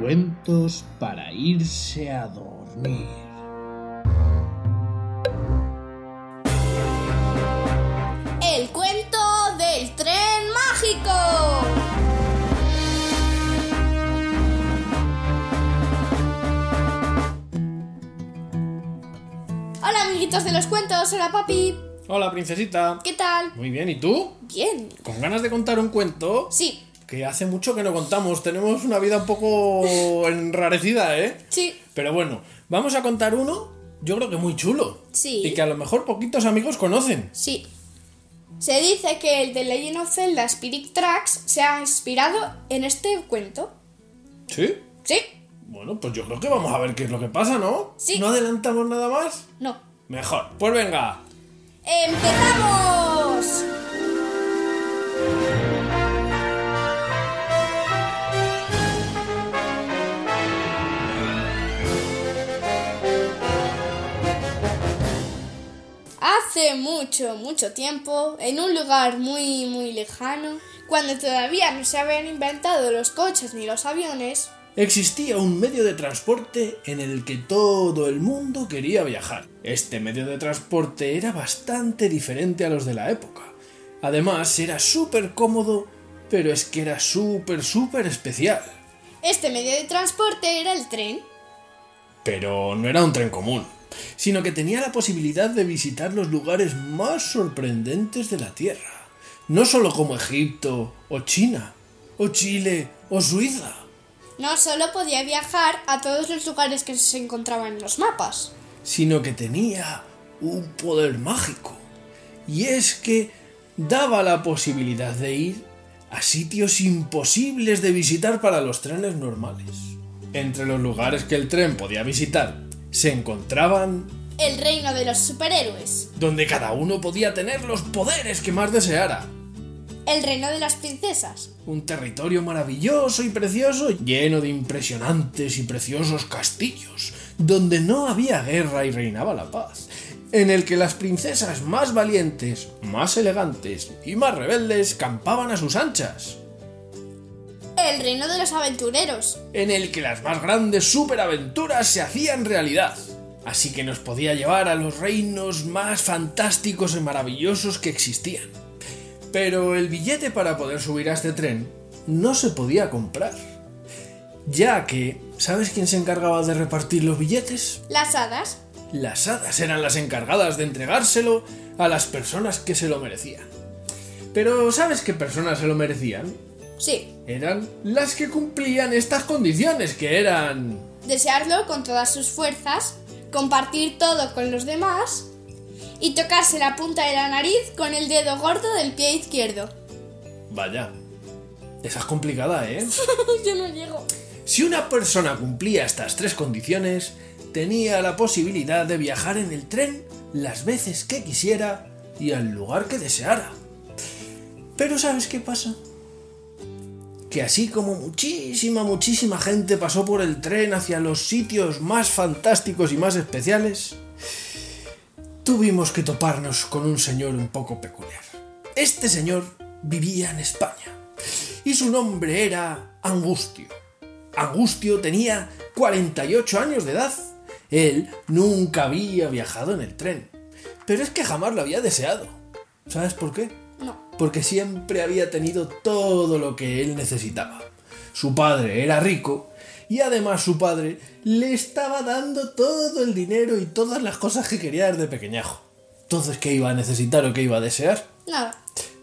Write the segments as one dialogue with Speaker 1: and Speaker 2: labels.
Speaker 1: cuentos para irse a dormir.
Speaker 2: El cuento del tren mágico. Hola amiguitos de los cuentos, hola papi.
Speaker 1: Hola, princesita.
Speaker 2: ¿Qué tal?
Speaker 1: Muy bien, ¿y tú?
Speaker 2: Bien.
Speaker 1: ¿Con ganas de contar un cuento?
Speaker 2: Sí,
Speaker 1: Que hace mucho que no contamos, tenemos una vida un poco enrarecida, ¿eh?
Speaker 2: sí,
Speaker 1: Pero bueno, vamos a contar uno, yo creo que muy chulo.
Speaker 2: Sí.
Speaker 1: Y que a lo mejor poquitos amigos conocen.
Speaker 2: sí. Se dice que el de Legend of Zelda Spirit Tracks se ha inspirado en este cuento.
Speaker 1: ¿Sí?
Speaker 2: ¿Sí?
Speaker 1: Bueno, pues yo creo que vamos a ver qué es lo que pasa, ¿no?
Speaker 2: Sí.
Speaker 1: ¿No adelantamos nada más?
Speaker 2: No.
Speaker 1: Mejor. Pues venga.
Speaker 2: ¡Empezamos! Hace mucho, mucho tiempo, en un lugar muy, muy lejano, cuando todavía no se habían inventado los coches ni los aviones,
Speaker 1: Existía un medio de transporte en el que todo el mundo quería viajar. Este medio de transporte era bastante diferente a los de la época. Además, era súper cómodo, pero es que era súper, súper especial.
Speaker 2: este medio de transporte era el tren.
Speaker 1: Pero no era un tren común, sino que tenía la posibilidad de visitar los lugares más sorprendentes de la Tierra. No solo como Egipto, o China, o Chile, o Suiza.
Speaker 2: No solo podía viajar a todos los lugares que se encontraban en los mapas.
Speaker 1: sino que tenía un poder mágico. Y es que daba la posibilidad de ir a sitios imposibles de visitar para los trenes normales. Entre los lugares que el tren podía visitar se encontraban
Speaker 2: El reino de los superhéroes.
Speaker 1: donde cada uno podía tener los poderes que más deseara.
Speaker 2: El reino de las princesas.
Speaker 1: Un territorio maravilloso y precioso, lleno de impresionantes y preciosos castillos, donde no había guerra y reinaba la paz, en el que las princesas más valientes, más elegantes y más rebeldes campaban a sus anchas,
Speaker 2: El reino de los aventureros.
Speaker 1: en el que las más grandes superaventuras se hacían realidad. Así que nos podía llevar a los reinos más fantásticos y maravillosos que existían. Pero el billete para poder subir a este tren no se podía comprar. Ya que, ¿sabes quién se encargaba de repartir los billetes?
Speaker 2: Las hadas.
Speaker 1: Las hadas eran las encargadas de entregárselo a las personas que se lo merecían. Pero ¿sabes qué personas se lo merecían?
Speaker 2: Sí.
Speaker 1: Eran las que cumplían estas condiciones, que eran...
Speaker 2: Desearlo con todas sus fuerzas. Compartir todo con los demás. Y tocarse la punta de la nariz con el dedo gordo del pie izquierdo.
Speaker 1: Vaya. Esa es complicada, ¿eh?
Speaker 2: Yo no llego.
Speaker 1: Si una persona cumplía estas tres condiciones, tenía la posibilidad de viajar en el tren las veces que quisiera y al lugar que deseara. Pero ¿sabes qué pasa? Que así como muchísima, muchísima gente pasó por el tren hacia los sitios más fantásticos y más especiales, tuvimos que toparnos con un señor un poco peculiar. Este señor vivía en España y su nombre era Angustio. Angustio tenía 48 años de edad. Él nunca había viajado en el tren, pero es que jamás lo había deseado. ¿Sabes por qué?
Speaker 2: No.
Speaker 1: porque siempre había tenido todo lo que él necesitaba. Su padre era rico y además su padre le estaba dando todo el dinero y todas las cosas que quería desde pequeñajo. Entonces, ¿qué iba a necesitar o qué iba a desear?
Speaker 2: Nada.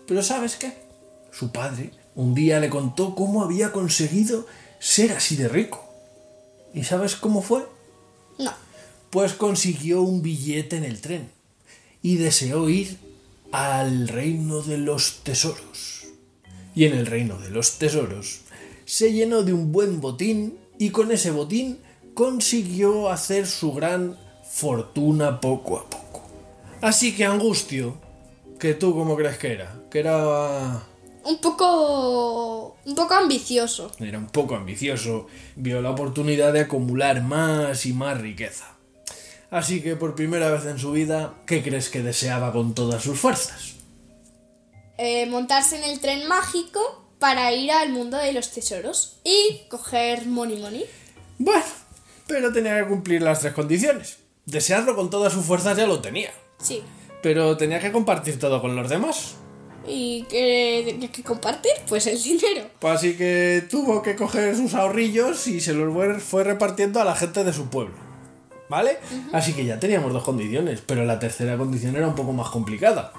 Speaker 1: Pero ¿sabes qué? Su padre un día le contó cómo había conseguido ser así de rico. ¿Y sabes cómo fue?
Speaker 2: No.
Speaker 1: Pues consiguió un billete en el tren y deseó ir al reino de los tesoros. Y en el reino de los tesoros se llenó de un buen botín y con ese botín consiguió hacer su gran fortuna poco a poco. Así que Angustio, que tú cómo crees que era, que era
Speaker 2: Un poco. Un poco ambicioso.
Speaker 1: era un poco ambicioso, vio la oportunidad de acumular más y más riqueza. Así que por primera vez en su vida, ¿qué crees que deseaba con todas sus fuerzas?
Speaker 2: Eh, montarse en el tren mágico para ir al mundo de los tesoros y coger Money Money.
Speaker 1: Bueno, pero tenía que cumplir las tres condiciones. Desearlo con todas sus fuerzas ya lo tenía,
Speaker 2: Sí.
Speaker 1: pero tenía que compartir todo con los demás.
Speaker 2: ¿Y qué tenía que compartir? Pues el dinero.
Speaker 1: Pues Así que tuvo que coger sus ahorrillos y se los fue- fue repartiendo a la gente de su pueblo. ¿Vale? Así que ya teníamos dos condiciones, pero la tercera condición era un poco más complicada.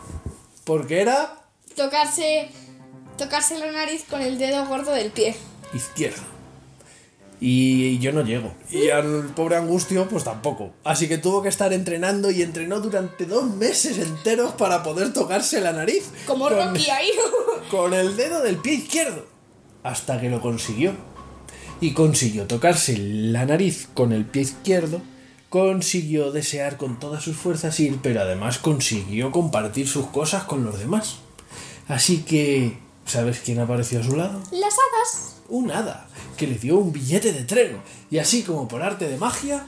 Speaker 1: Porque era
Speaker 2: Tocarse, tocarse la nariz con el dedo gordo del pie.
Speaker 1: izquierda. Y yo no llego. Y al pobre Angustio, pues tampoco. Así que tuvo que estar entrenando y entrenó durante dos meses enteros para poder tocarse la nariz.
Speaker 2: Como
Speaker 1: con-
Speaker 2: Rocky ahí.
Speaker 1: con el dedo del pie izquierdo. Hasta que lo consiguió. Y consiguió tocarse la nariz con el pie izquierdo. Consiguió desear con todas sus fuerzas ir, pero además consiguió compartir sus cosas con los demás. Así que, ¿sabes quién apareció a su lado?
Speaker 2: Las hadas
Speaker 1: Un hada, que le dio un billete de tren. Y así como por arte de magia,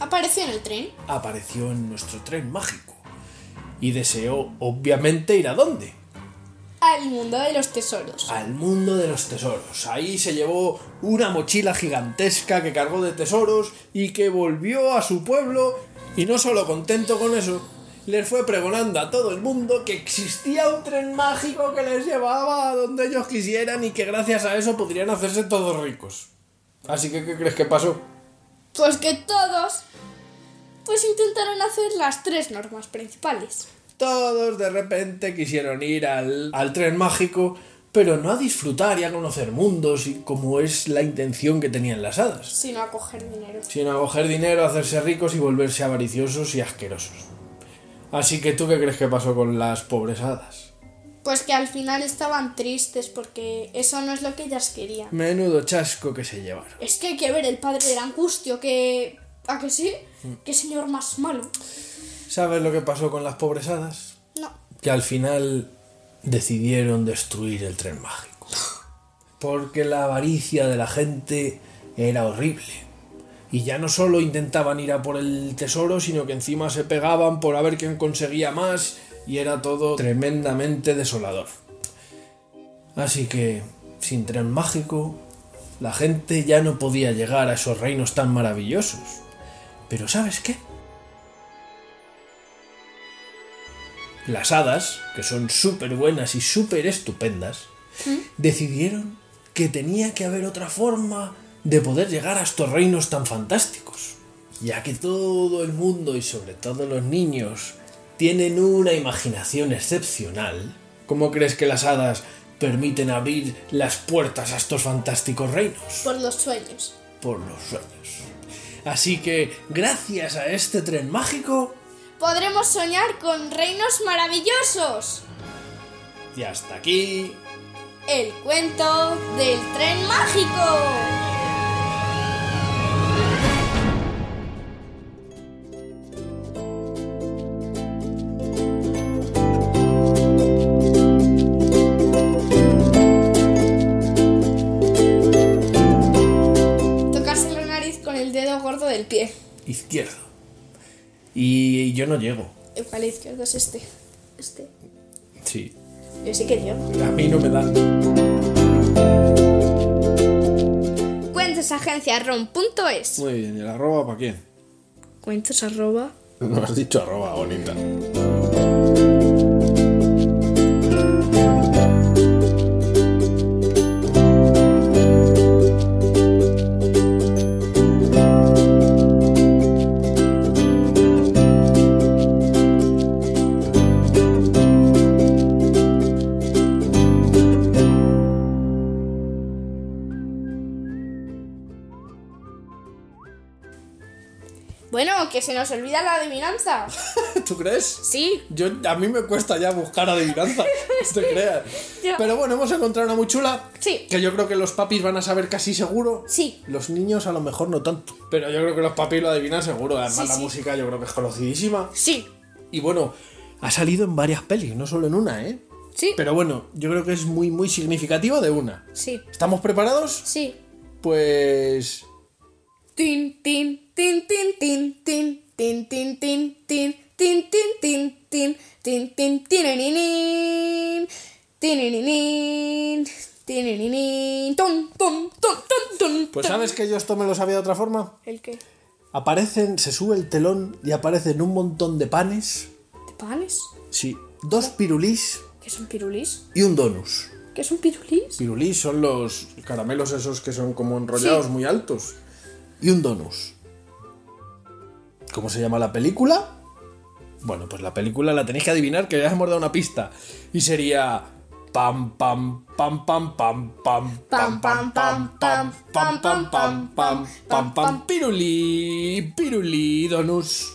Speaker 2: apareció en el tren.
Speaker 1: apareció en nuestro tren mágico. Y deseó, obviamente, ir a dónde?
Speaker 2: Al mundo de los tesoros.
Speaker 1: al mundo de los tesoros. Ahí se llevó una mochila gigantesca que cargó de tesoros y que volvió a su pueblo y no solo contento con eso, les fue pregonando a todo el mundo que existía un tren mágico que les llevaba a donde ellos quisieran y que gracias a eso podrían hacerse todos ricos. Así que, ¿qué crees que pasó?
Speaker 2: Pues que todos pues intentaron hacer las tres normas principales.
Speaker 1: Todos de repente quisieron ir al, al tren mágico, pero no a disfrutar y a conocer mundos y como es la intención que tenían las hadas.
Speaker 2: Sino a coger dinero.
Speaker 1: sino a coger dinero, hacerse ricos y volverse avariciosos y asquerosos. Así que tú qué crees que pasó con las pobres hadas?
Speaker 2: Pues que al final estaban tristes porque eso no es lo que ellas querían.
Speaker 1: Menudo chasco que se llevaron.
Speaker 2: Es que hay que ver el padre del angustio que... ¿A que sí? ¿Qué señor más malo?
Speaker 1: ¿Sabes lo que pasó con las pobres hadas?
Speaker 2: No.
Speaker 1: Que al final decidieron destruir el tren mágico. Porque la avaricia de la gente era horrible. Y ya no solo intentaban ir a por el tesoro, sino que encima se pegaban por a ver quién conseguía más y era todo tremendamente desolador. Así que, sin tren mágico, la gente ya no podía llegar a esos reinos tan maravillosos. Pero ¿sabes qué? Las hadas, que son súper buenas y súper estupendas, decidieron que tenía que haber otra forma de poder llegar a estos reinos tan fantásticos. Ya que todo el mundo y sobre todo los niños tienen una imaginación excepcional, ¿cómo crees que las hadas permiten abrir las puertas a estos fantásticos reinos?
Speaker 2: Por los sueños.
Speaker 1: Por los sueños. Así que, gracias a este tren mágico,
Speaker 2: Podremos soñar con reinos maravillosos.
Speaker 1: y hasta aquí
Speaker 2: El cuento del tren mágico. Tocarse la nariz con el dedo gordo del pie.
Speaker 1: izquierdo. Y yo no llego.
Speaker 2: El palo izquierdo es este. Este.
Speaker 1: Sí.
Speaker 2: Yo sí que llevo.
Speaker 1: A mí no me dan.
Speaker 2: Cuentosagenciaron.es
Speaker 1: Muy bien, ¿y el arroba para quién?
Speaker 2: Cuentos arroba.
Speaker 1: No has dicho arroba bonita.
Speaker 2: Bueno, que se nos olvida la adivinanza.
Speaker 1: ¿Tú crees?
Speaker 2: Sí.
Speaker 1: Yo, a mí me cuesta ya buscar adivinanza, no te creas.
Speaker 2: Ya.
Speaker 1: Pero bueno, hemos encontrado una muy chula.
Speaker 2: Sí.
Speaker 1: Que yo creo que los papis van a saber casi seguro.
Speaker 2: Sí.
Speaker 1: Los niños a lo mejor no tanto. Pero yo creo que los papis lo adivinan seguro. Además,
Speaker 2: Sí,
Speaker 1: la
Speaker 2: sí.
Speaker 1: música yo creo que es conocidísima.
Speaker 2: Sí.
Speaker 1: Y bueno, ha salido en varias pelis, no solo en una, ¿eh?
Speaker 2: Sí.
Speaker 1: Pero bueno, yo creo que es muy, muy significativo de una.
Speaker 2: Sí.
Speaker 1: ¿Estamos preparados?
Speaker 2: Sí.
Speaker 1: Pues.
Speaker 2: Tin, tin, tin, tin, tin, tin, tin, tin, tin, tin, tin, tin, tin, tin, tin, tin, tin, tin, tin, tin, tin, tin, tin, tin. Tinirinin, ton, ton, ton, ton, ton,
Speaker 1: Pues
Speaker 2: ton.
Speaker 1: sabes que yo esto me lo sabía de otra forma.
Speaker 2: ¿El qué?
Speaker 1: Aparecen, se sube el telón y aparecen un montón de panes.
Speaker 2: ¿De panes?
Speaker 1: Sí. Dos pirulís
Speaker 2: ¿Qué son pirulís?
Speaker 1: y un donus.
Speaker 2: ¿Qué son pirulís?
Speaker 1: Pirulís son los caramelos esos que son como enrollados
Speaker 2: Sí.
Speaker 1: muy altos. Y un donus. ¿Cómo se llama la película? Bueno, pues la película la tenéis que adivinar que ya os hemos dado una pista. Y sería... Pam, pam, pam, pam, pam, pam,
Speaker 2: Pam, pam, pam, pam,
Speaker 1: pam, pam, pam, pam, pam, pam, pirulí, pirulí, donus.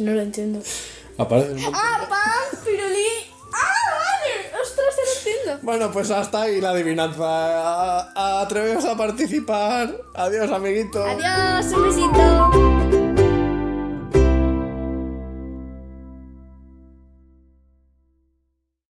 Speaker 2: No lo entiendo.
Speaker 1: Aparece el mon-
Speaker 2: ¡Ah, pan, pirulí! ¡Ah, vale! ¡Ostras, te lo entiendo!
Speaker 1: Bueno, pues hasta ahí la adivinanza. Atreveos a participar. Adiós, amiguitos.
Speaker 2: Adiós, un besito.